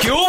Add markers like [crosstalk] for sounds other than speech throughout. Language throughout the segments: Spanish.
¿Qué hubo,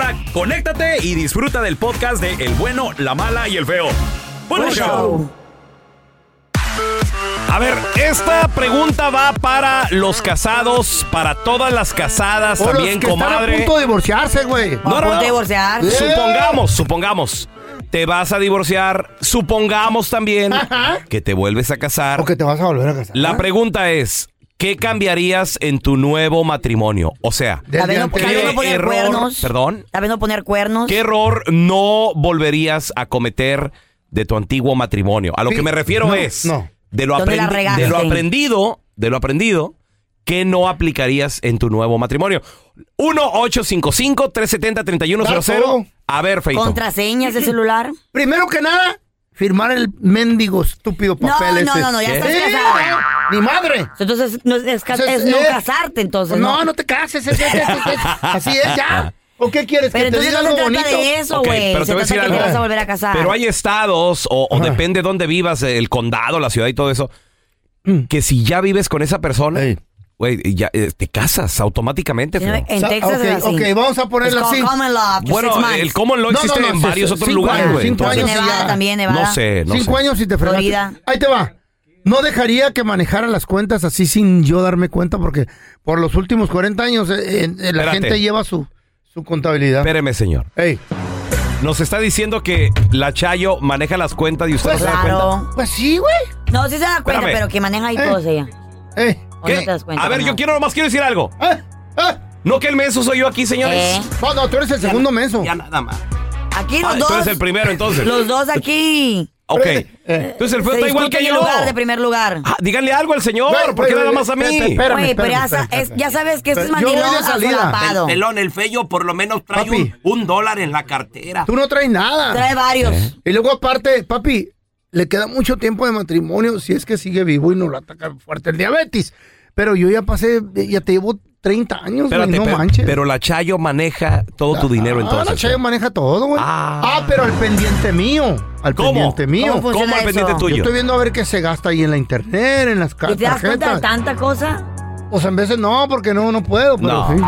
conéctate y disfruta del podcast de El bueno, la mala y el feo. Buen show. A ver, esta pregunta va para los casados, para todas las casadas O los también, que están comadre. a punto de divorciarse, güey. No, no, Por no. divorciar. Sí. Supongamos, supongamos. Te vas a divorciar. Supongamos [laughs] también Ajá. que te vuelves a casar. O que te vas a volver a casar. La pregunta es, ¿qué cambiarías en tu nuevo matrimonio? O sea, Desde Tal vez no- antes. tal vez no poner error, cuernos. perdón. Tal vez no poner cuernos. ¿qué error no volverías a cometer de tu antiguo matrimonio? A lo Sí. que me refiero No, es no. de lo ¿Dónde la aprendi- regaste? de lo aprendido, de lo aprendido, ¿qué no aplicarías en tu nuevo matrimonio? 1-855-370-3100. Claro. A ver, Feito. [laughs] Contraseñas de celular. Primero que nada, firmar el mendigo estúpido No, papel no, ese. no, no, ya estás Sí, casado. ¡Mi madre! Entonces, no, es, es ca- Entonces, es no eh, casarte, entonces. no, no, te cases. es- es- es- es- así es, ya. ¿O qué quieres? Pero que te entonces diga no se algo trata bonito. de eso, Ok, güey. pero se te voy a trata decir de que algo. te vas a volver a casar. Pero hay estados, o, o depende dónde vivas, el condado, la ciudad y todo eso, que si ya vives con esa persona, Mm. Ey. güey, ya eh, te casas automáticamente. Si no, feo. En Sa- Texas ok, es así. ok, vamos a ponerla Es co- así. common law after Bueno, eh, six months. el common law No, existe no, no, en sí, varios sí, otros cinco lugares, años, güey. cinco Entonces, años y Nevada ya. también, Nevada. No sé, no Cinco sé. años y te fregaste. Florida. Ahí te va. No dejaría que manejara las cuentas así sin yo darme cuenta porque por los últimos 40 años eh, eh, la Espérate. gente lleva su, su contabilidad. Espéreme, señor. Ey, Nos está diciendo que la Chayo maneja las cuentas y usted Pues no se da cuenta. Claro. pues sí, güey. No, sí se da cuenta, Espérame. eh. pero que maneja ahí Eh. todos ella. Ey, O ¿Qué? no te das cuenta. a ver, no. yo quiero nomás quiero decir algo. ah, ah. No que el menso soy yo aquí, señores. Eh, No, no, tú eres el segundo menso. Eh, Ya nada más. Aquí los Ah, dos. tú eres el primero entonces. Los dos aquí. Ok. Eh, Entonces el feo Se está igual que discuten en yo. lugar de primer lugar. Ah, díganle algo al señor, Güey, porque nada güey, güey, más a mí. espérame, espérame, Güey, pero ya, espérame, sa- espérame, es- ya sabes que este es Yo voy de mandiloso, salida. solapado. pelón, el fello, por lo menos trae Papi. un, un dólar en la cartera. Tú no traes nada. Trae varios. Y luego aparte, papi, le queda mucho tiempo de matrimonio si es que sigue vivo y no lo ataca fuerte el diabetes. Pero yo ya pasé, ya te llevo 30 años, Pues, güey, Espérate, no pero, manches. pero la Chayo maneja todo tu dinero Ah, la entonces. Chayo maneja todo, güey. Ah. Ah. pero al pendiente mío. Al ¿Cómo? pendiente mío. ¿Cómo ¿Cómo funciona al eso? pendiente Yo tuyo? estoy viendo a ver qué se gasta ahí en la internet, en las ca- ¿Y te das cuenta de tarjetas. tanta cosa? O sea, en veces no, porque no, no puedo, pero No. sí.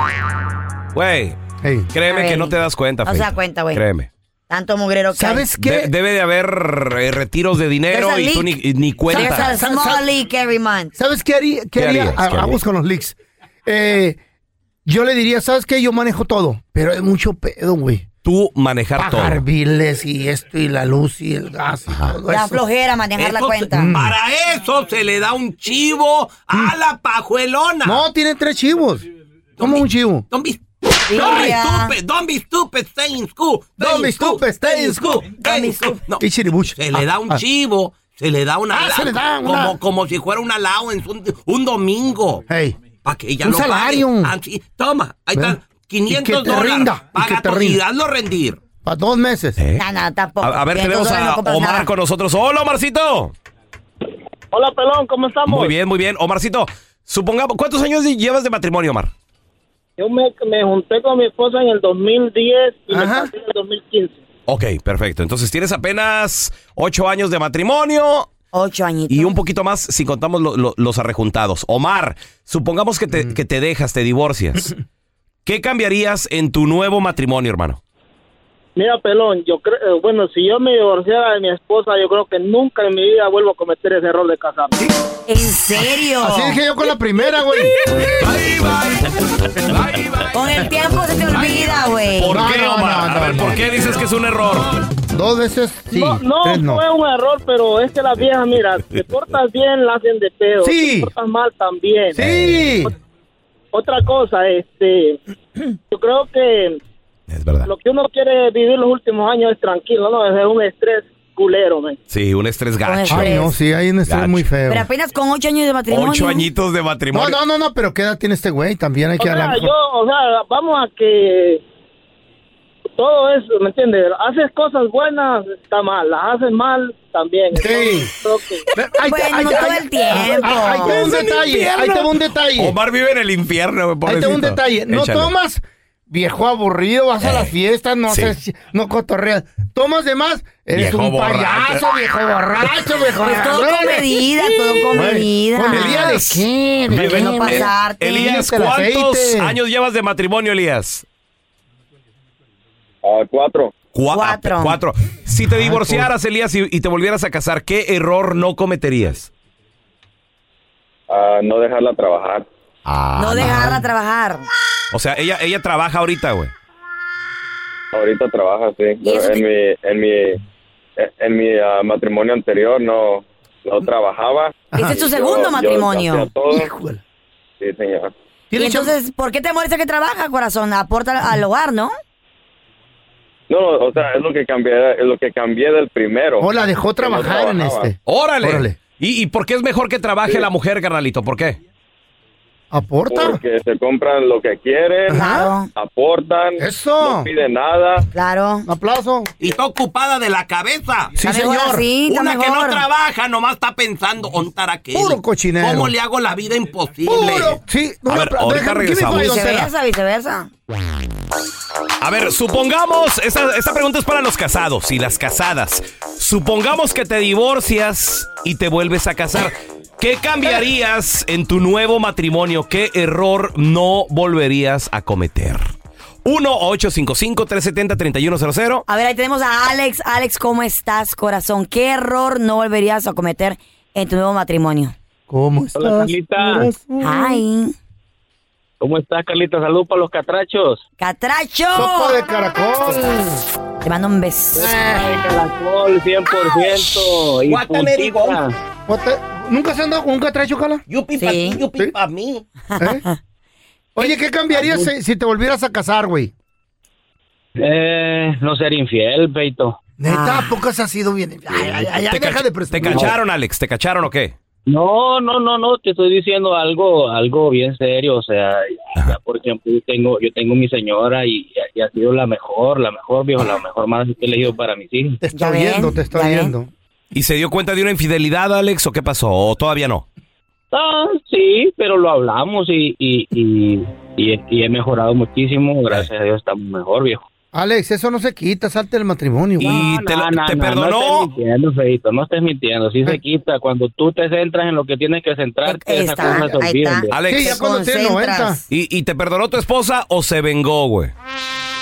Güey, Ey. créeme A que ver. no te das cuenta. No se Feito. da cuenta, güey. Créeme. Tanto mugrero que ¿Sabes qué? De- debe de haber eh, retiros de dinero There's a y tú ni, leak. y ni hay. cuenta. There's a small leak every month. ¿Sabes qué haría? ¿Qué, ¿Qué haría? harías? Ah, ¿Qué harías? Vamos con los leaks. Eh, yo le diría, ¿sabes qué? Yo manejo todo, pero hay mucho pedo, güey. Tú manejar Pagar todo. biles y esto y la luz y el gas y todo La eso. flojera manejar la Eso se- cuenta. para eso se le da un chivo a la pajuelona. No, tiene tres chivos. ¿Cómo un chivo? Don't be, Sí, don't be ya. stupid, don't be stupid, stay in school. stay Don't in be stupid, stay in school, stay in school. No, Y chiribuche. se le da un Ah, ah. chivo, se le da una... Ah, se le da una- Como, como si fuera una allowance, un, un domingo. Hey. Para que ella Un lo pague. salario. Ah, sí, Toma, ahí Ven. está. que 500 te dólares. rinda, y que Paga te todo y rinda. hazlo rendir. Para dos meses. No, no, tampoco. ¿Eh? A, a ver, 500 tenemos dólares no a compras Omar nada. con nosotros. Hola, Omarcito. Hola, pelón, ¿cómo estamos? Muy bien, muy bien. Omarcito, supongamos, ¿cuántos años llevas de matrimonio, Omar? Yo me, me junté con mi esposa en el 2010 y me Ajá. casé en el 2015. Ok, perfecto. Entonces tienes apenas ocho años de matrimonio Ocho añitos. y un poquito más si contamos lo- lo- los arrejuntados. Omar, supongamos que te, que te dejas, te [laughs] divorcias. ¿Qué cambiarías en tu nuevo matrimonio, hermano? Mira, pelón, yo creo, eh, bueno, si yo me divorciara de mi esposa, yo creo que nunca en mi vida vuelvo a cometer ese error de casarme. ¿En serio? Así dije yo con la primera, güey. Con el tiempo se te olvida, güey. ¿Por No, qué, no, Omar? no, a ver, no, ¿por no. qué dices que es un error? Dos veces sí, no, no, tres no. fue un error, pero es que las viejas, mira, te portas bien, la hacen de pedo. Sí. Te portas mal también. Sí. Otra cosa, [clears throat] este, yo creo que Es verdad. lo que uno quiere vivir los últimos años es tranquilo, ¿no? Es un estrés culero, man. Sí, un estrés gacho. Con el Ay, no, sí, hay un estrés Gacho. muy feo. Pero apenas con ocho años de matrimonio. Ocho añitos de No, matrimonio. no, no, no, pero ¿qué edad tiene este güey? También hay O que sea, hablar. yo, o sea, vamos a que todo eso, ¿me entiendes? Haces cosas buenas, está mal, las haces mal, también. Sí. Entonces, creo que- Ahí te- Bueno, ahí no te- todo ahí- el tiempo. ah, Ahí te va un Es un detalle, ahí te va un detalle. Omar vive en el infierno, güey, Ahí te va un pobrecito. detalle. No Échale. Eh, tomas, viejo aburrido, vas a las fiestas, no sí. haces, no cotorreas. Tomas de más, eres Viejo un payaso, borracho. viejo borracho, viejo Pues todo con medida, todo con Güey, medida. ¿con medida Ah, de qué? ¿De Para qué? que no Eh, pasarte. Elías, el ¿cuántos aceite. años llevas de matrimonio, Elías? Ah, cuatro. Cua- ah, Cuatro. Cuatro. Si te pues. divorciaras, Elías, y, y te volvieras a casar, ¿qué error no cometerías? no dejarla trabajar. Ah, No dejarla trabajar. O sea, ella, ella trabaja ahorita, güey. Ahorita trabaja, sí. ¿Y eso En mi, en mi, en mi ah, matrimonio anterior no, no trabajaba. Ese es tu Yo- segundo yo matrimonio. hacía todo. Híjole. Sí, señor. Y Tiene entonces, ¿por qué te molesta que trabaja, corazón? Aporta al hogar, ¿no? No, o sea, es lo que cambié, es lo que cambié del primero. cham- O Oh, la dejó Que no trabajar en trabajaba. este. ¡Órale! Órale. ¿Y, y por qué es mejor que trabaje la mujer, carnalito? ¿Por qué? ¿Aporta? Porque se compran lo que quieren, Claro, aportan, Eso. no piden nada. claro. Un aplauso. Y está ocupada de la cabeza. Sí, Está mejor señor. así, está Una que no mejor. trabaja, nomás está pensando, ¿ontara qué? Puro cochinero. ¿Cómo le hago la vida imposible? Puro. Sí, A ver, apla- ahorita déjame- give me regresamos. five, don Tela. Viceversa, viceversa. A ver, supongamos, esta, esta pregunta es para los casados y las casadas. Supongamos que te divorcias y te vuelves a casar. ¿Qué cambiarías en tu nuevo matrimonio? ¿Qué error no volverías a cometer? 1-855-370-3100. A ver, ahí tenemos a Alex. Alex, ¿cómo estás, corazón? ¿Qué error no volverías a cometer en tu nuevo matrimonio? ¿Cómo estás? Hola, Carlita. Ay, ¿Cómo estás, Carlita? Salud para los catrachos. catracho. Sopa de caracol. Te mando un beso. Caracol, 100%. Y puntita. What the- ¿Nunca se han dado con un catracho, Cala? Yupi Sí. pa' ti, yupi Sí. pa' mí. ¿Eh? Oye, ¿qué cambiarías si, si te volvieras a casar, güey? Eh, no ser infiel, Peito. Neta, ¿a poco se ha sido bien? Ay, ay, ay, ¿Te, deja cach- de te presumir. cacharon, Alex? ¿Te cacharon o qué? No, no, no, no, te estoy diciendo algo, algo bien serio, o sea, ya, ya, por ejemplo, yo tengo, yo tengo mi señora y, y ha sido la mejor, la mejor, viejo, la mejor madre que he elegido para mis hijos. Te Ya estoy ven, viendo, te estoy ya ven. viendo. ¿Y se dio cuenta de una infidelidad, Alex, o qué pasó? ¿O todavía no? Ah, sí, pero lo hablamos y, y, y, y, y he mejorado muchísimo, gracias a Dios estamos mejor, viejo. Alex, eso no se quita, salte del matrimonio. Y- güey. te lo- te perdonó? Eh. No estés mintiendo, Feito, no estés mintiendo, sí se quita, cuando tú te centras en lo que tienes que centrarte, Ahí esa está, cosa se ahí olvida. está. viejo. Alex, Sí, ya Te cuando tiene concentras. 90. ¿y, y te perdonó tu esposa o se vengó, güey?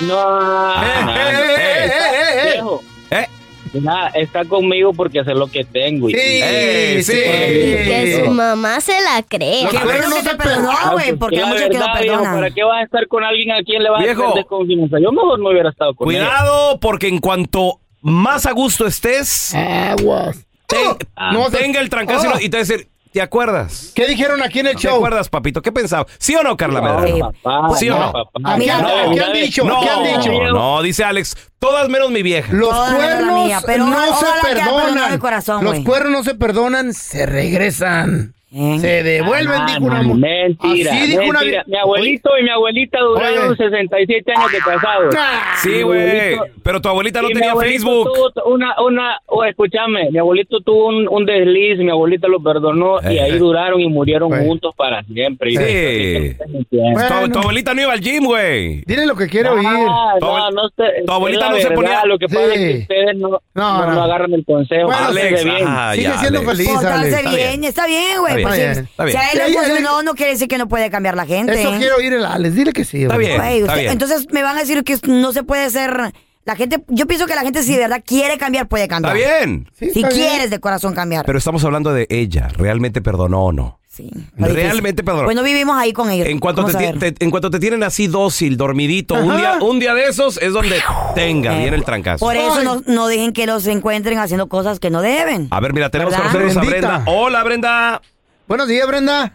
No, no, eh, no, eh, eh, eh, eh, eh. viejo. ¿Eh? Mira, está conmigo porque sé lo que tengo. y- Eh, Ey, sí. Que su mamá se la cree. Los Qué cuernos bueno que no te se perdonó, perdonan. güey, porque Ah, La hay muchos que no verdad, viejo, ¿Para perdonan. qué vas a estar con alguien a quien le vas Viejo. a tener desconfianza? Yo mejor no hubiera estado con él. Cuidado, porque en cuanto más a gusto estés, Aguas. Oh. ten- No, tenga Ah. el trancazo y Oh. lo- y te va a decir, ¿te acuerdas? ¿Qué dijeron aquí en el ¿Te show? Eh, pues, acuerdas, papito? ¿Qué pensaba? ¿Sí o no, Carla Medrano? Sí. Papá, ¿Sí o no, no? papá. Aquí Mira, han- no, aquí han dicho? No, ¿Qué han dicho? no, dice Alex, todas menos mi vieja. Los Toda la cuernos mía, pero no ojalá se que haya perdonado perdonan. el corazón, Los güey. cuernos no se perdonan, se regresan. Se devuelven, Ah, dijo una no, mujer. Mentira, Así dijo una mentira. vie- Mi abuelito y mi abuelita duraron Oye. Ah, 67 años de casados. Sí, Mi güey. abuelito- Pero tu abuelita no y mi tenía abuelito Facebook. tuvo Una, una, oh, escúchame, mi abuelito tuvo un, un desliz, mi abuelita lo perdonó y Eh. ahí duraron y murieron Pues. juntos para siempre. Sí. Tu- Tu, abuelita no iba al gym, güey. Dile lo que quiere oír. Ah, no, no sé, tu abuelita es la no se verdad, ponía- Lo que pasa Sí. es que ustedes no, No, no- no. no agarran el consejo. Bueno, Pórtense bien. ah, Sigue ya, siendo Alex. feliz, Alex. Portarse Está bien. bien, está bien, güey. Está Pues, bien, si- está bien. Si a él le Ella- funcionó, no quiere decir que no puede cambiar la gente. Eso quiero oír el Alex. Dile que sí. Está güey. bien. Güey, está usted- bien. entonces me van a decir que no se puede ser. La gente, yo pienso que la gente si de verdad quiere cambiar, puede Está cambiar. bien. Sí, Si está bien. quieres de corazón cambiar. Pero estamos hablando de ella. ¿Realmente perdonó o no? sí. Realmente perdonó. Pues no vivimos ahí con ellos. En cuanto, Vamos te, a ti- ver. te- en cuanto te tienen así dócil, dormidito, un día, un día de esos es donde tenga, viene el trancazo. Por eso Ay. no, no dejen que los encuentren haciendo cosas que no deben. A ver, mira, tenemos que ¿Verdad? nosotros a Brendita. Brenda. Hola, Brenda. Buenos días, Brenda.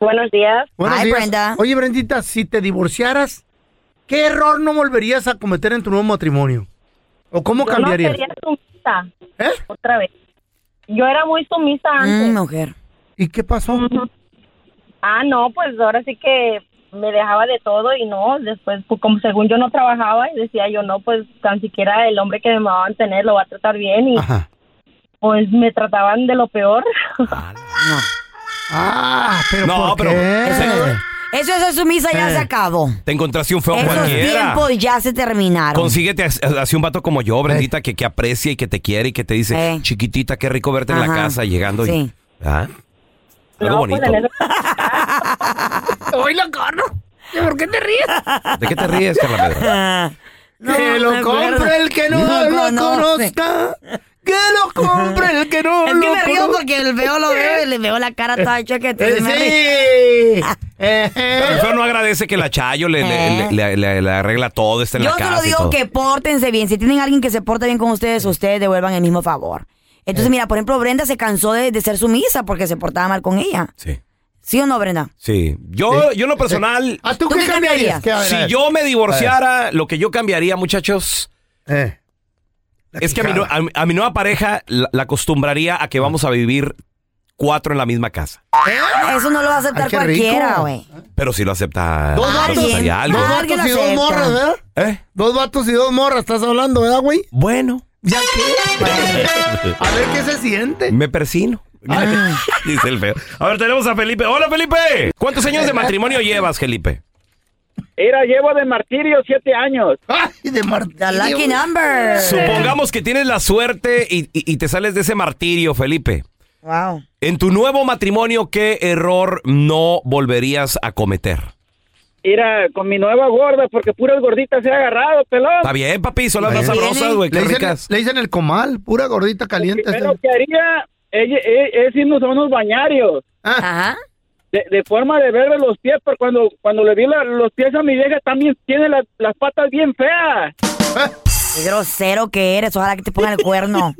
Buenos días. Buenos Hi, días. Brenda. Oye, Brendita, si te divorciaras, ¿qué error no volverías a cometer en tu nuevo matrimonio? ¿O cómo Yo no cambiarías? sería sumisa ¿Eh? otra vez. Yo era muy sumisa antes. Mm, mujer. ¿Y qué pasó? Ah, no, pues ahora sí que me dejaba de todo y no, después pues, como según yo no trabajaba y decía yo no, pues tan siquiera el hombre que me va a mantener lo va a tratar bien y Ajá. pues me trataban de lo peor. [laughs] Ah, pero No, ¿por pero- qué? Eso, eso, esa sumisa ya Eh. se acabó. Te encontraste un feo Esos cualquiera. tiempos ya se terminaron. Consíguete as- así un vato como yo, Brendita, que, que aprecia y que te quiere y que te dice, Eh. chiquitita, qué rico verte en la Ajá. casa llegando. y- Sí. ¿Ah? Algo No, pues, bonito. en eso- [laughs] ¡Hoy lo corro! ¿Por qué [laughs] te ríes? ¿De qué te ríes, Carla Pedro? Ah, no que me lo acuerdo. compre el que no, lo conoce. conozca. Que lo compre el que [laughs] no Es lo que me río conozca. porque el veo lo veo y le veo la cara toda hecha que Eh, te me [laughs] río. sí. Eh, Pero eh. el feo no agradece que la Chayo le, le- Eh. le- le- le- le arregla todo, está en Yo la casa. solo y digo todo. que pórtense bien. Si tienen alguien que se porta bien con ustedes, ustedes devuelvan el mismo favor. Entonces, Eh. mira, por ejemplo, Brenda se cansó de, de ser sumisa porque se portaba mal con ella. Sí. ¿Sí o no, Brenda? Sí. Yo, yo en lo personal, Eh, ¿A tú, ¿Tú qué qué cambiarías? cambiarías? ¿Qué, a ver, a si ver. yo me divorciara, lo que yo cambiaría, muchachos, Eh. La Es que a mi, quijada. nue- a mi- a mi nueva pareja la, la acostumbraría a que vamos a vivir cuatro en la misma casa. Eso no lo va a aceptar Ay, qué cualquiera, rico. Ah, güey. Pero si lo acepta Dos lo vatos, aceptaría algo. dos Alguien vatos y dos acepta. morras, ¿verdad? ¿Eh? Dos vatos y dos morras, estás hablando, ¿verdad, güey? Bueno, ¿Ya qué? A ver qué se siente. me persino. Ah. [laughs] Dice el feo. A ver, tenemos a Felipe. Hola, Felipe. ¿Cuántos años de matrimonio llevas, Felipe? Era, llevo de martirio siete años. Ay, de The Marta. lucky number. Supongamos que tienes la suerte y, y- y te sales de ese martirio, Felipe. Wow. En tu nuevo matrimonio, ¿qué error no volverías a cometer? Era con mi nueva gorda, porque puras gorditas se ha agarrado, pelón. Está bien, papi, son las más Está bien. sabrosas, güey. Le qué dicen, ricas. le dicen el comal, pura gordita caliente. Pero que haría ella- e- es irnos a unos bañarios. Ah, Ajá. De, de forma de verle los pies, pero cuando, cuando le vi la- los pies a mi vieja, también tiene las- las patas bien feas. Ah. Qué grosero que eres. Ojalá que te pongan el [laughs] cuerno.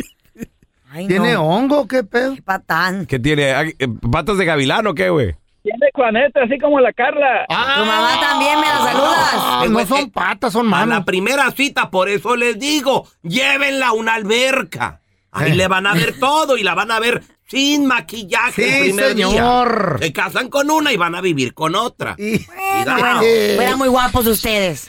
Ay, ¿Tiene no. hongo? ¿Qué pedo? Qué patán. ¿Qué tiene? Ah, eh, ¿Patas de gavilán o qué, güey? Tiene cuaneta, así como la Carla. Ah. Tu mamá también me la saludas. Ah, no son patas, son A la manos. primera cita, por eso les digo, llévenla a una alberca. Ahí Eh. le van a ver todo y la van a ver sin maquillaje el Sí, primer día. señor. Se casan con una y van a vivir con otra. Y- Cuidado. Eh. Fueran muy guapos ustedes.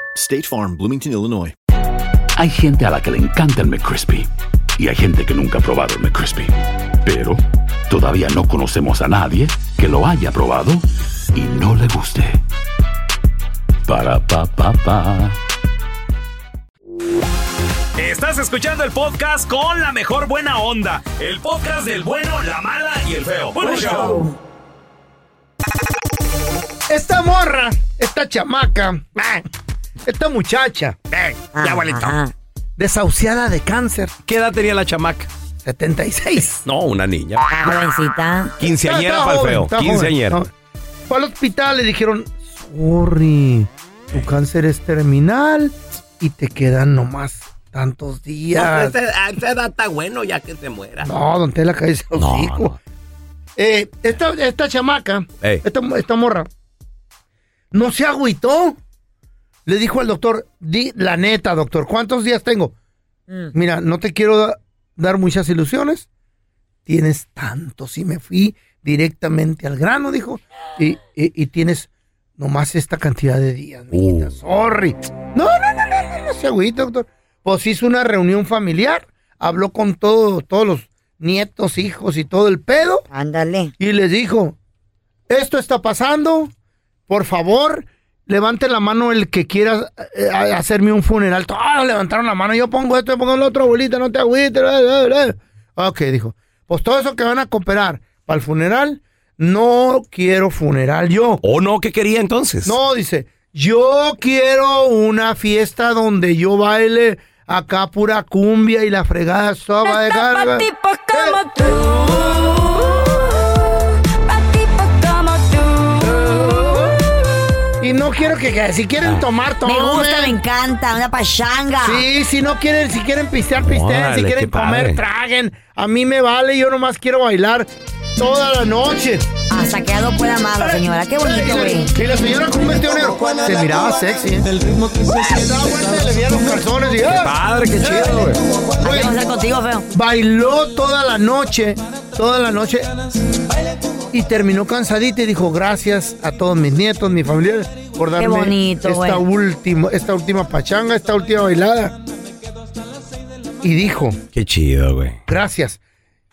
State Farm, Bloomington, Illinois. Hay gente a la que le encanta el McCrispy y hay gente que nunca ha probado el McCrispy. Pero Todavía no conocemos a nadie que lo haya probado y no le guste. Para pa pa pa. Estás escuchando el podcast con la mejor buena onda. El podcast del bueno, la mala y el feo. Bueno, show. Esta morra, esta chamaca, ah, esta muchacha, eh, ya abuelito, desahuciada de cáncer. ¿Qué edad tenía la chamaca? 76. No, una niña. Jovencita. Quinceañera Está- está para el joven, feo. está joven, Quinceañera. está joven. Fue al hospital, le dijeron, sorry, tu cáncer es terminal y te quedan nomás tantos No, días. pues, a esa edad está bueno ya que se muera. No, don Tela, cállese el hocico. Eh, esta, esta chamaca, Ey. esta, esta morra, no se agüitó. Le dijo al doctor, di la neta, doctor, ¿cuántos días tengo? Mm. Mira, no te quiero da- dar muchas ilusiones. Tienes tantos. Y me fui directamente al grano, dijo. Y, y- y tienes nomás esta cantidad de días. mijita, Sorry. No, no, no, no, no, no se agüita, doctor. Pues hizo una reunión familiar. Habló con todo- todos los nietos, hijos y todo el pedo. Ándale. Y les dijo, esto está pasando. Por favor, levante la mano el que quiera eh, a- hacerme un funeral. Todos levantaron la mano. Yo pongo esto, yo pongo lo otro, abuelita, no te agüites. bla, bla, bla. Ok, dijo. Pues todo eso que van a cooperar para el funeral, no quiero funeral yo. ¿O no? ¿Qué quería entonces? No, dice, yo quiero una fiesta donde yo baile acá pura cumbia y la fregada soba de Eh, carga. Y no quiero que, que si quieren tomar, tomen. Me gusta, me encanta, una pachanga. Sí, si no quieren, si quieren pistear, pisteen, Órale, si quieren qué padre. comer, traguen. A mí me vale, yo nomás quiero bailar toda la noche. Hasta que ya no pueda más la señora. Qué bonito, güey. Y la señora con un vestido negro se miraba sexy. El ritmo que se daba vuelta y ¿eh? le veía los calzones y ¡eh! Padre, qué chido, güey. Hay que pasar contigo, feo. bailó toda la noche, toda la noche y terminó cansadita y dijo gracias a todos mis nietos, mis familiares por darme bonito, esta güey. última, esta última pachanga, esta última bailada. Y dijo, Qué chido, güey. gracias.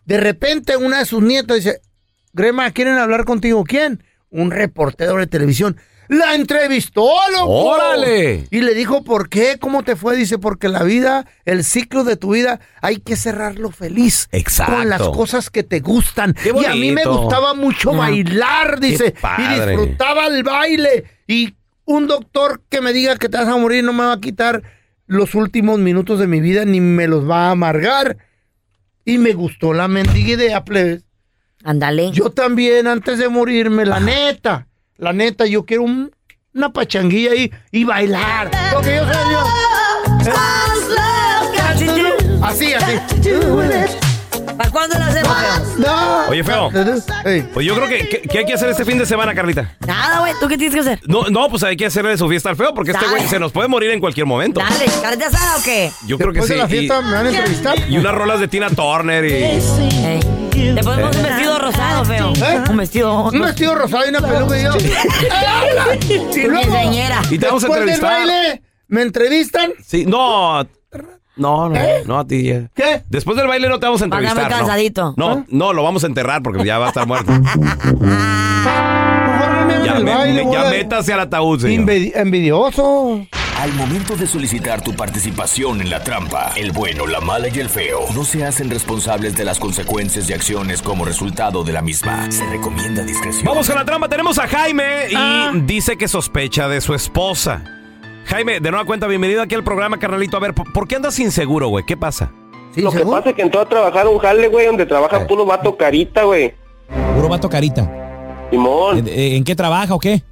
De repente una de sus nietas dice, Grema, ¿quieren hablar contigo? ¿Quién? Un reportero de televisión. La entrevistó, loco. ¡Órale! Y le dijo, ¿por qué? ¿Cómo te fue? Dice, porque la vida, el ciclo de tu vida, hay que cerrarlo feliz. Exacto. Con las cosas que te gustan. Qué y a mí me bonito. Mm. gustaba mucho bailar, dice. Y padre. disfrutaba el baile. Y un doctor que me diga que te vas a morir no me va a quitar los últimos minutos de mi vida ni me los va a amargar. Y me gustó la mendiga idea, plebes. Ándale. Yo también, antes de morirme, Ah. la neta, la neta, yo quiero un- una pachanguilla ahí y bailar. Porque yo soy yo. Así, así. ¿Para cuándo lo hacemos, feo? No. Oye, feo. Ey, Pues yo creo que, que- que hay que hacer este fin de semana, Carlita. Nada, güey. ¿Tú qué tienes que hacer? No, no, pues hay que hacerle su fiesta al feo porque este Dale. güey se nos puede morir en cualquier momento. Dale, ¿carne asada o qué? Yo creo que Después sí. de la y- fiesta me van a entrevistar. Y, unas rolas de Tina Turner y. Ey. Te Eh. ponemos un vestido rosado, feo. ¿Eh? Un vestido. Un vestido rosado y una peluca [laughs] y yo. Y Una luego, quinceañera. Y te vamos a después del entrevistar. baile, ¿me entrevistan? ¿Eh? Sí, no. No, no, no, a ti. ya. ¿Qué? ¿Eh? Después del baile no te vamos a Andar muy entrevistar. no. cansadito. No, no, lo vamos a enterrar porque ya va a estar muerto. Mejor no me hagan ya el me- baile, me- ya bola de- métase al [laughs] ataúd, señor. Invedi- Envidioso. Al momento de solicitar tu participación en la trampa, el bueno, la mala y el feo no se hacen responsables de las consecuencias y acciones como resultado de la misma. Se recomienda discreción. Vamos con la trampa. Tenemos a Jaime y dice que sospecha de su esposa. Jaime, de nueva cuenta, bienvenido aquí al programa, carnalito. A ver, ¿por por qué andas inseguro, güey? ¿Qué pasa? Sí, Lo que según- pasa es que entró a trabajar a un jale, güey, donde trabaja puro vato carita, güey. Eh. Puro vato carita. Simón. ¿En, Eh, en qué trabaja o qué?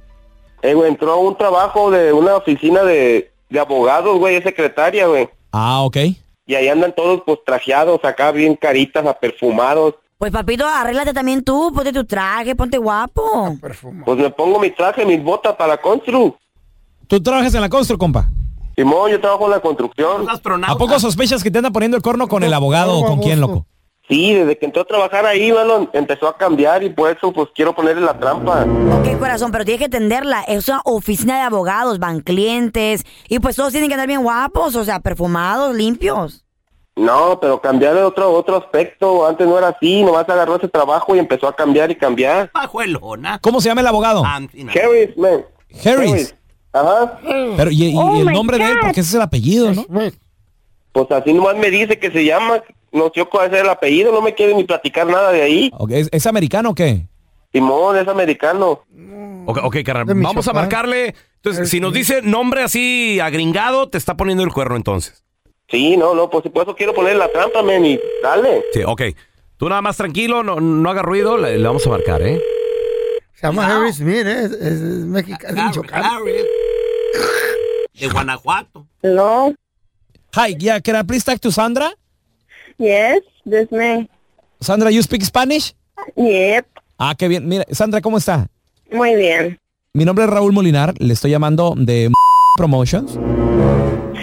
Eh, güey, entró a un trabajo de una oficina de, de abogados, güey, es secretaria, güey. Ah, ok. Y ahí andan todos, pues, trajeados acá, bien caritas, a perfumados. Pues papito, arréglate también tú, ponte tu traje, ponte guapo. Pues me pongo mi traje, mis botas para la constru. ¿Tú trabajas en la constru, compa? Simón, yo trabajo en la construcción. ¿A poco sospechas que te anda poniendo el corno con el abogado o con quién, loco? Sí, desde que entró a trabajar ahí, mano, empezó a cambiar y por eso, pues, quiero ponerle la trampa. Ok, corazón, pero tienes que entenderla. Es una oficina de abogados, van clientes. Y pues todos tienen que andar bien guapos, o sea, perfumados, limpios. No, pero cambiar de otro, otro aspecto. Antes no era así, nomás agarró ese trabajo y empezó a cambiar y cambiar. Pajuelona. ¿Cómo se llama el abogado? Harris, man. Harris. Ajá. Pero, y, y- Oh y el my nombre de él, God. porque ese es el apellido, ¿no? Pues así nomás me dice que se llama. No sé cuál es el apellido, no me quiere ni platicar nada de ahí. Ok, ¿Es, es americano o qué? Simón es americano. Ok, ok, carnal. Vamos a marcarle. Entonces, si nos dice nombre así agringado, te está poniendo el cuerno entonces. Sí, no, no, por supuesto quiero poner la trampa, men, y dale. Sí, ok. Tú nada más tranquilo, no, no haga ruido, le, le vamos a marcar, ¿eh? Se llama Harry Smith, ¿eh? es, es, es mexicano. es michoacano. De Guanajuato. Hello. Hi, yeah, can I please talk to Sandra? Yes, this me. Sandra, you speak Spanish? Yep, Ah, qué bien. Mira, Sandra, ¿cómo está? muy bien. Mi nombre es Raúl Molinar, le estoy llamando de Promotions.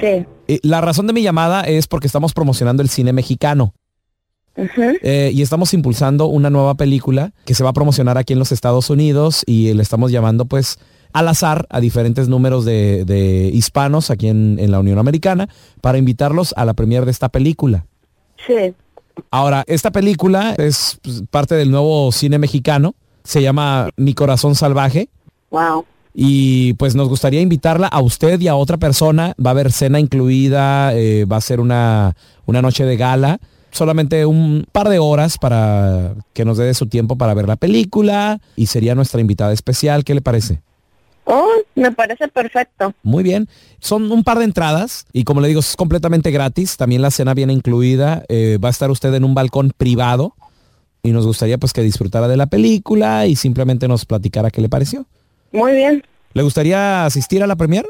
Sí. Eh, La razón de mi llamada es porque estamos promocionando el cine mexicano. Eh, y estamos impulsando una nueva película que se va a promocionar aquí en los Estados Unidos y le estamos llamando pues al azar a diferentes números de, de hispanos aquí en, en la Unión Americana para invitarlos a la premier de esta película. Sí. Ahora, esta película es pues, parte del nuevo cine mexicano, se llama Mi Corazón Salvaje. Wow. Y pues nos gustaría invitarla a usted y a otra persona. Va a haber cena incluida, eh, va a ser una, una noche de gala. Solamente un par de horas para que nos dé su tiempo para ver la película y sería nuestra invitada especial. ¿Qué le parece? Oh, me parece perfecto. Muy bien. Son un par de entradas y como le digo, es completamente gratis. También la cena viene incluida. Eh, va a estar usted en un balcón privado y nos gustaría pues que disfrutara de la película y simplemente nos platicara qué le pareció. Muy bien. ¿Le gustaría asistir a la premier?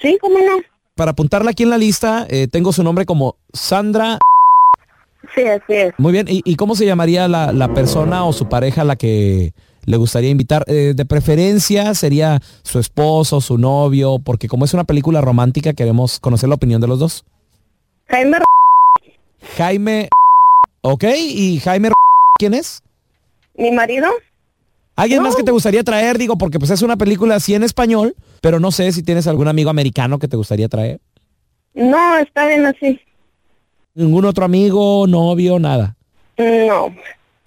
Sí, cómo no. Para apuntarla aquí en la lista, eh, tengo su nombre como Sandra. Sí, así es. Muy bien. ¿Y, y cómo se llamaría la, la persona o su pareja a la que le gustaría invitar? Eh, de preferencia sería su esposo, su novio, porque como es una película romántica, queremos conocer la opinión de los dos. Jaime. Jaime. Ok, ¿y Jaime quién es? Mi marido. ¿Alguien más que te gustaría traer? Digo, porque pues es una película así en español, pero no sé si tienes algún amigo americano que te gustaría traer. No, está bien así. ¿Ningún otro amigo, novio, nada? No.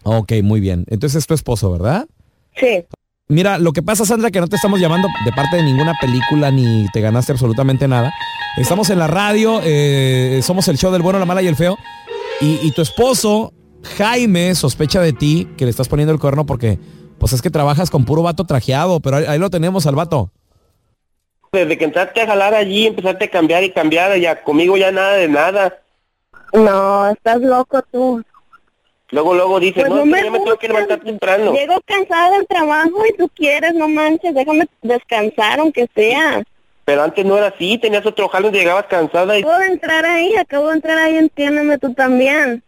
Ok, muy bien. Entonces es tu esposo, ¿verdad? Sí. Mira, lo que pasa, Sandra, que no te estamos llamando de parte de ninguna película ni te ganaste absolutamente nada. Estamos en la radio, eh, somos el show del bueno, la mala y el feo. Y, y tu esposo, Jaime, sospecha de ti que le estás poniendo el cuerno porque, pues es que trabajas con puro vato trajeado, pero ahí, ahí lo tenemos al vato. Desde que entraste a jalar allí, empezaste a cambiar y cambiar, ya conmigo ya nada de nada. No, estás loco tú. Luego, luego dice, Pues no, no es que me ya me tengo que levantar temprano. Llego cansada del trabajo y tú quieres, no manches, déjame descansar aunque sea. Pero antes no era así, tenías otro jalo y llegabas cansada y... Acabo de entrar ahí, acabo de entrar ahí, entiéndeme tú también.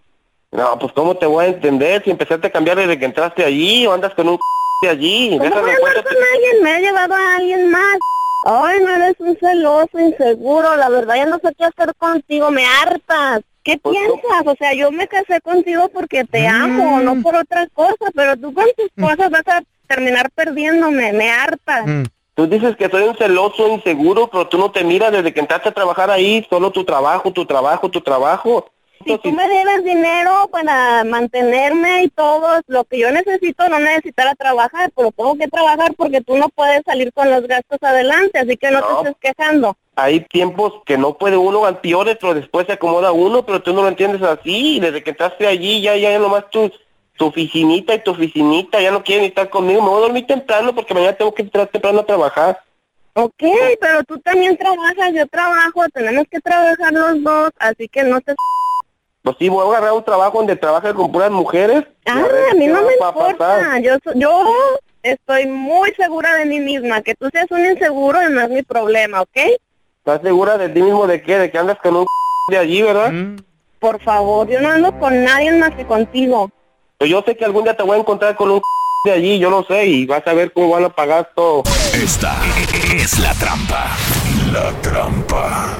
No, pues cómo te voy a entender si empezaste a cambiar desde que entraste allí o andas con un [laughs] de allí. ¿Cómo voy Déjame a andar con alguien? Me he llevado a alguien más. Ay, no eres un celoso, inseguro. La verdad, ya no sé qué hacer contigo. Me hartas. ¿Qué piensas? O sea, yo me casé contigo porque te amo, no por otra cosa. Pero tú con tus cosas vas a terminar perdiéndome. Me hartas. Tú dices que soy un celoso, inseguro, pero tú no te miras desde que entraste a trabajar ahí, solo tu trabajo, tu trabajo, tu trabajo. Si tú me debes dinero para mantenerme y todo lo que yo necesito, no necesitara trabajar, pero tengo que trabajar porque tú no puedes salir con los gastos adelante, así que no, No. te estés quejando. Hay tiempos que no puede uno, al peores, pero después se acomoda uno, pero tú no lo entiendes así. Desde que entraste allí, ya, ya, nomás tu, tu oficinita y tu oficinita, ya no quieren estar conmigo. Me voy a dormir temprano porque mañana tengo que entrar temprano a trabajar. Ok, pero tú también trabajas, yo trabajo, tenemos que trabajar los dos, así que no te... Pues sí, voy a agarrar un trabajo donde trabaje con puras mujeres. Ah, a mí no me importa, yo, so- yo estoy muy segura de mí misma, que tú seas un inseguro no es mi problema, ¿ok? ¿Estás segura de ti mismo de qué? De que andas con un [laughs] de allí, ¿verdad? Por favor, yo no ando con nadie más que contigo. Pero Pues yo sé que algún día te voy a encontrar con un [laughs] de allí, yo lo sé, y vas a ver cómo van a pagar todo. Esta es la trampa. La trampa.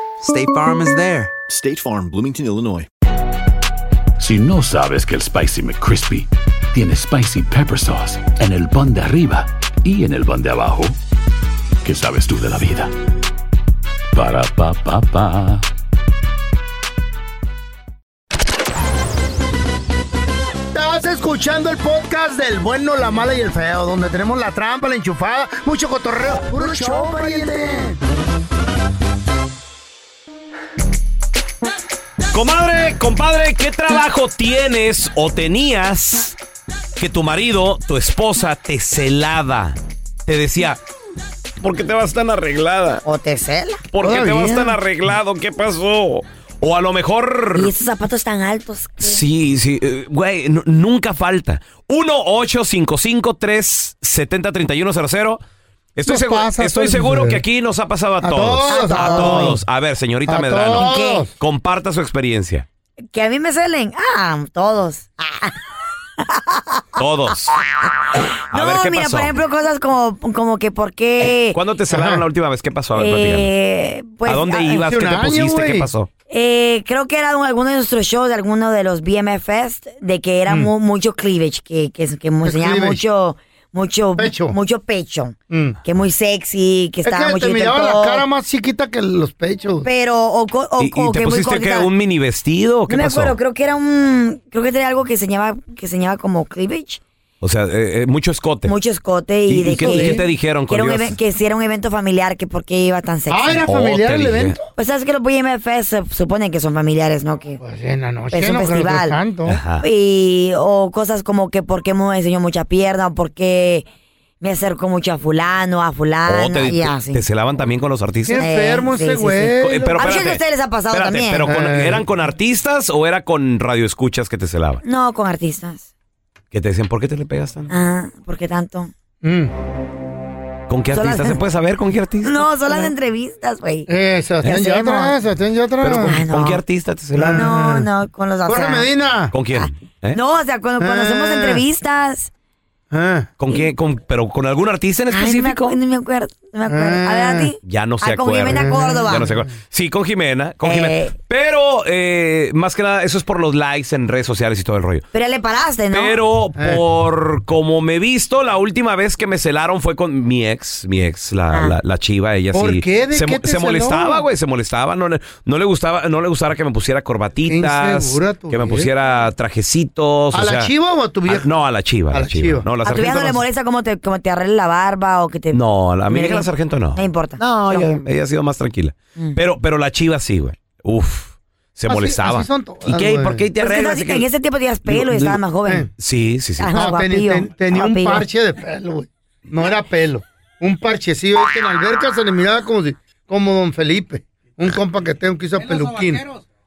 State Farm is there. State Farm, Bloomington, Illinois. Si no sabes que el Spicy McCrispy tiene Spicy Pepper Sauce en el pan de arriba y en el pan de abajo, ¿qué sabes tú de la vida? Para, pa, pa, pa. Estás escuchando el podcast del bueno, la mala y el feo, donde tenemos la trampa, la enchufada, mucho cotorreo. ¡Puro show, pariente! Comadre, compadre, ¿qué trabajo tienes o tenías que tu marido, tu esposa, te celaba? Te decía, ¿por qué te vas tan arreglada? O te cela. ¿Por qué te Todavía. vas tan arreglado? ¿Qué pasó? O a lo mejor... Y esos zapatos tan altos. Sí, sí, eh, güey, nu- nunca falta. 1-855-370-3100. Estoy, Nos seguro, pasa, estoy pues, seguro eh. que aquí nos ha pasado a, A todos, todos, A a todos. todos. A ver, señorita A Medrano, todos. comparta su experiencia. Que a mí me celen. Ah, todos. Todos. A no, ver qué Ah, mira, pasó. por ejemplo, cosas como, como que por qué. ¿Cuándo te cerraron la última vez? ¿Qué pasó? A ver, Eh, platícame. pues, ¿A dónde a- ibas? hace ¿Qué un te año, pusiste? ¿Qué güey. pasó? Eh, creo que era un- alguno de nuestros shows, de alguno de los BMF Fest, de que era Mm. mu- mucho cleavage, que, que, que mu- El enseñaba cleavage. mucho, mucho pecho. Mucho pecho Mm. Que muy sexy, que Es estaba que mucho te miraba la interpol. cara más chiquita que los pechos. Pero, o, co- o- ¿Y, y o te que muy pusiste qué? cortita. ¿Un mini vestido? o ¿Qué no me pasó? acuerdo, creo que era un. Creo que tenía algo que enseñaba, que enseñaba como cleavage, O sea, eh, eh, mucho escote. mucho escote y, ¿Y- y de qué- que. y qué te dijeron Que, era un cuando ibas? even- que sí era un evento familiar, que por qué iba tan sexy. Ah, ¿era Oh, familiar te el dije. evento? Pues sabes que los BMF se suponen que son familiares, ¿no? Que, En la noche, Es un Pues, no creo que festival. tanto. Y, o cosas como que por qué me enseñó mucha pierna, o por qué me acercó mucho a fulano, a fulana, Oh, te, y te- así. te celaban también con los artistas. Qué enfermo Eh, ese sí, sí, sí. güey. Eh, Pero A muchos de espérate, ustedes les ha pasado espérate, también. Pero con- Eh. ¿eran con artistas o era con radioescuchas que te celaban? No, con artistas. Que te decían, ¿por qué te le pegas tan? Ah, ¿por qué tanto? Mm. ¿Con qué Son artista? las- ¿Se puede saber con qué artista? No, son eh. las entrevistas, güey. Eh, Sebastián ¿Qué hacemos? Yatra, Sebastián Yatra. Pero con, con qué artista te celaban? No, Ah. no, con los Jorge o sea, Medina. ¿Con quién? ¿Eh? No, o sea, cuando, cuando hacemos Ah. entrevistas. Ah. ¿Con quién? Con- ¿Pero con algún artista en Ay, no me, específico? acu- no me acuerdo, no me acuerdo. A ver, a ti. Ya no se Ah, con acuerda. Jimena Córdoba. Ya no se acuerda. Sí, con Jimena. Con Eh. Jimena. Pero, eh, más que nada, eso es por los likes en redes sociales y todo el rollo. Pero ya le paraste, ¿no? Eh. Pero Eh. por como me he visto, la última vez que me celaron fue con mi ex, mi ex, la, la- la chiva, ella ¿Por sí. qué? ¿De se qué mo- te se celó? molestaba, güey, se molestaba, no le, no le gustaba, no le gustaba que me pusiera corbatitas, insegura tu que me vieja. pusiera trajecitos. ¿A o la sea- chiva o a tu vieja? Ah, no, a la chiva, a la chiva. No, la a tu vieja sargento no le no- molesta cómo te, cómo te arregla la barba o que te. No, la- a mi Mira vieja que- la sargento no. No importa. No, Ella, ella ha sido más tranquila. Mm. Pero, pero la chiva sí, güey. Uf, se Así- molestaba. Ah, así son todas, ¿Y qué? güey. ¿Por qué te Pero es que arreglas? estás- ¿Y en qué? ese tiempo tenías pelo Digo, y estabas más Eh. joven. Sí, sí, sí. Ah, No, ten- guapillo, ten- tenía un guapillo. parche de pelo, güey. No era pelo. Un parchecillo ahí que en alberca se le miraba como si, como don Felipe. Un compa que tengo que hizo peluquín.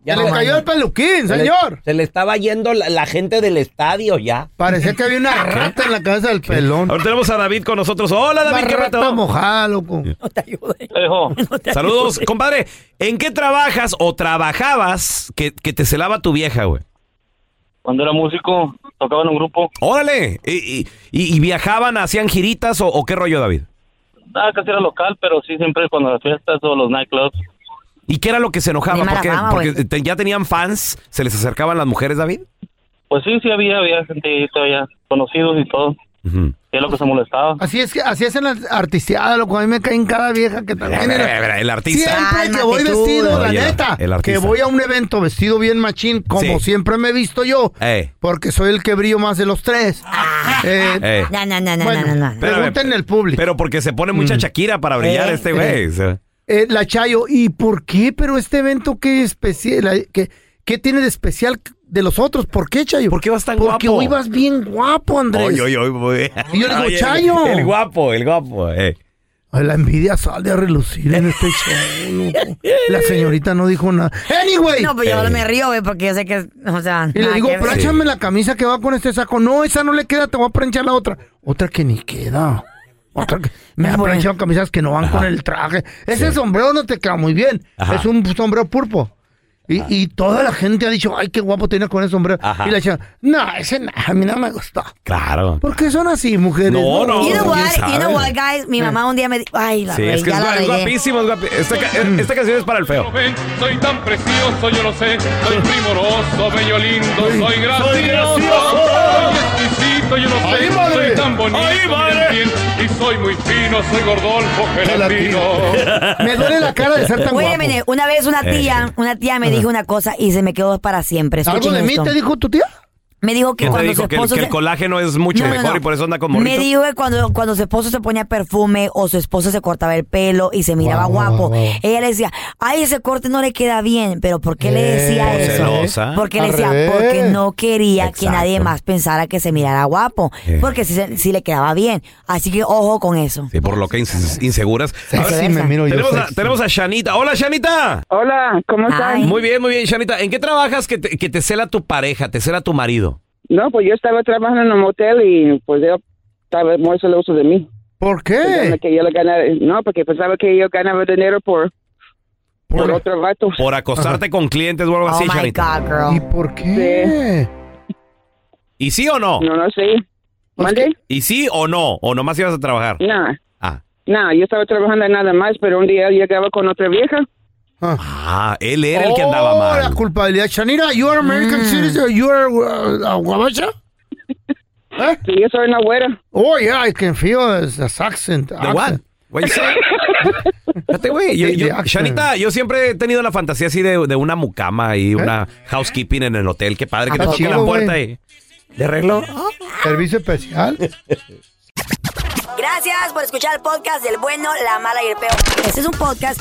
Ya le cayó el peluquín, señor. Se le estaba yendo la, la gente del estadio ya. Parecía que había una rata en la cabeza del pelón. Ahora tenemos a David con nosotros. Hola, David, Una ¿qué rata pasó? mojada, loco. [laughs] Saludos, compadre. ¿En qué trabajas o trabajabas que, que te celaba tu vieja, güey? Cuando era músico, tocaba en un grupo. Órale. ¿Y, y- y- y viajaban, hacían giritas o, o qué rollo, David? Nada, Ah, casi era local, pero sí siempre cuando las fiestas o los nightclubs. ¿Y qué era lo que se enojaba? Ni mala ¿Por qué? fama, ¿Porque güey. te- ya tenían fans? ¿Se les acercaban las mujeres, David? Pues sí, sí había, había gente ahí todavía, conocidos y todo. es lo que se molestaba. Así es que así es en la artisteada, loco. A mí me caen cada vieja que también. Mira, mira, mira, el artista. Ah, Siempre que Cálmate voy tú. vestido, la Oye, neta, el artista. que voy a un evento vestido bien machín, como Sí. siempre me he visto yo, Ey. porque soy el que brillo más de los tres. Eh, Ey. Ah. No, no, no, no, Bueno, no, no, no. Pero- Pregúntenle al público. Mm. Pero porque se pone mucha Shakira para brillar Eh, este güey. eh. o sea. Eh, la Chayo, ¿y por qué? Pero este evento, ¿qué, especial, qué, qué tiene de especial de los otros? ¿Por qué, Chayo? ¿Por qué vas tan Porque guapo? hoy vas bien guapo, Andrés. Oy, oy, oy, güey. Y yo le digo, Oye, Chayo. El guapo, el guapo. eh. Ay, la envidia sale a relucir en este show, loco. La señorita no dijo nada. Anyway. eh, No, pues yo ahora Eh. me río, güey, porque yo sé que, o sea... Y le nada digo, que ver. pranchame la camisa que va con este saco. No, esa no le queda, te voy a pranchar la otra. Otra que ni queda. [laughs] Otra que... Me han planchado camisas que no van con el traje. Ese sombrero no te queda muy bien. Ajá. Es un sombrero pulpo. Y, y toda la gente ha dicho, ay, qué guapo tiene con ese sombrero. Ajá. Y la chica, no, ese no, a mí no me gustó. Claro. ¿Por qué son así, mujeres? No, no, You know ¿quién what, you know sabe? what, guys? Eh. Mi mamá un día me dijo, ay, la Sí, regué, es que es, ya la gua- es regué. Mm. guapísimo, es guapi- Esta, ca- eh, esta canción es para el feo. Soy tan precioso, yo lo sé. Soy primoroso, bello, lindo. Soy gracioso. Soy gracioso. exquisito, yo lo sé. Ahí, madre. Soy tan bonito. Ahí, madre. bien, bien, y soy muy fino, soy gordolfo, gelatino. Me duele la cara de ser tan Wait a guapo. minute, una vez una tía, Eh. una tía me dijo una cosa y se me quedó para siempre. ¿Algo Escuchen de mí esto. te dijo tu tía? Me dijo que ¿Qué te cuando su dijo? Que, el- esposo que el se- colágeno es mucho No, no, mejor no. y por eso anda con Me morrito. dijo que cuando, cuando su esposo se ponía perfume o su esposo se cortaba el pelo y se miraba guapo, ella le decía, ay, ese corte no le queda bien, pero Eh, ¿por qué le decía por eso? celosa. Porque le Al decía, revés. porque no quería que Exacto. nadie más pensara que se mirara guapo, Eh. porque si, se- si le quedaba bien. Así que ojo con eso. Sí, por lo que inse- inseguras. A ver, Así me miro yo. tenemos, a, sexy. tenemos a Shanita. Hola, Shanita. Hola, ¿cómo estás? Muy bien, muy bien, Shanita. ¿En qué trabajas que te, que te cela tu pareja, te cela tu marido? No, pues yo estaba trabajando en un motel y pues yo estaba muy celoso de mí. ¿Por qué? Que yo le ganara, no, porque pensaba que yo ganaba dinero por, por, otro vato. Por acostarte con clientes Oh o algo así, Shanita. ¿Y por qué? ¿Y sí o no? No, no sé. Pues ¿Mande? ¿Y sí o no? ¿O nomás ibas a trabajar? No, Ah. no, yo estaba trabajando en nada más, pero un día llegaba con otra vieja. Ah, él era el que andaba Oh, mal. la culpabilidad. Shanira, you are American Mm. citizen, you are uh, a [laughs] guabacha? ¿Eh? Sí, yo soy una güera. Oh, yeah, I can feel his, his accent. The what? What you [laughs] say? Fíjate, güey, yo- yo- Shanita, yo siempre he tenido la fantasía así de, de una mucama y una housekeeping en el hotel. Qué padre que te ¿Eh? Ah, toque chido, la puerta güey. y... ¿De arreglo? [laughs] Servicio especial. Gracias por escuchar el podcast del bueno, la mala y el peo. Este es un podcast